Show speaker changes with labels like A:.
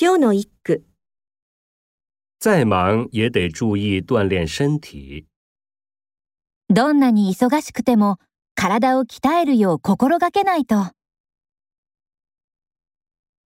A: 今日の一句、
B: 再忙也得注意锻炼身体。
C: どんなに忙しくても体を鍛えるよう心がけないと。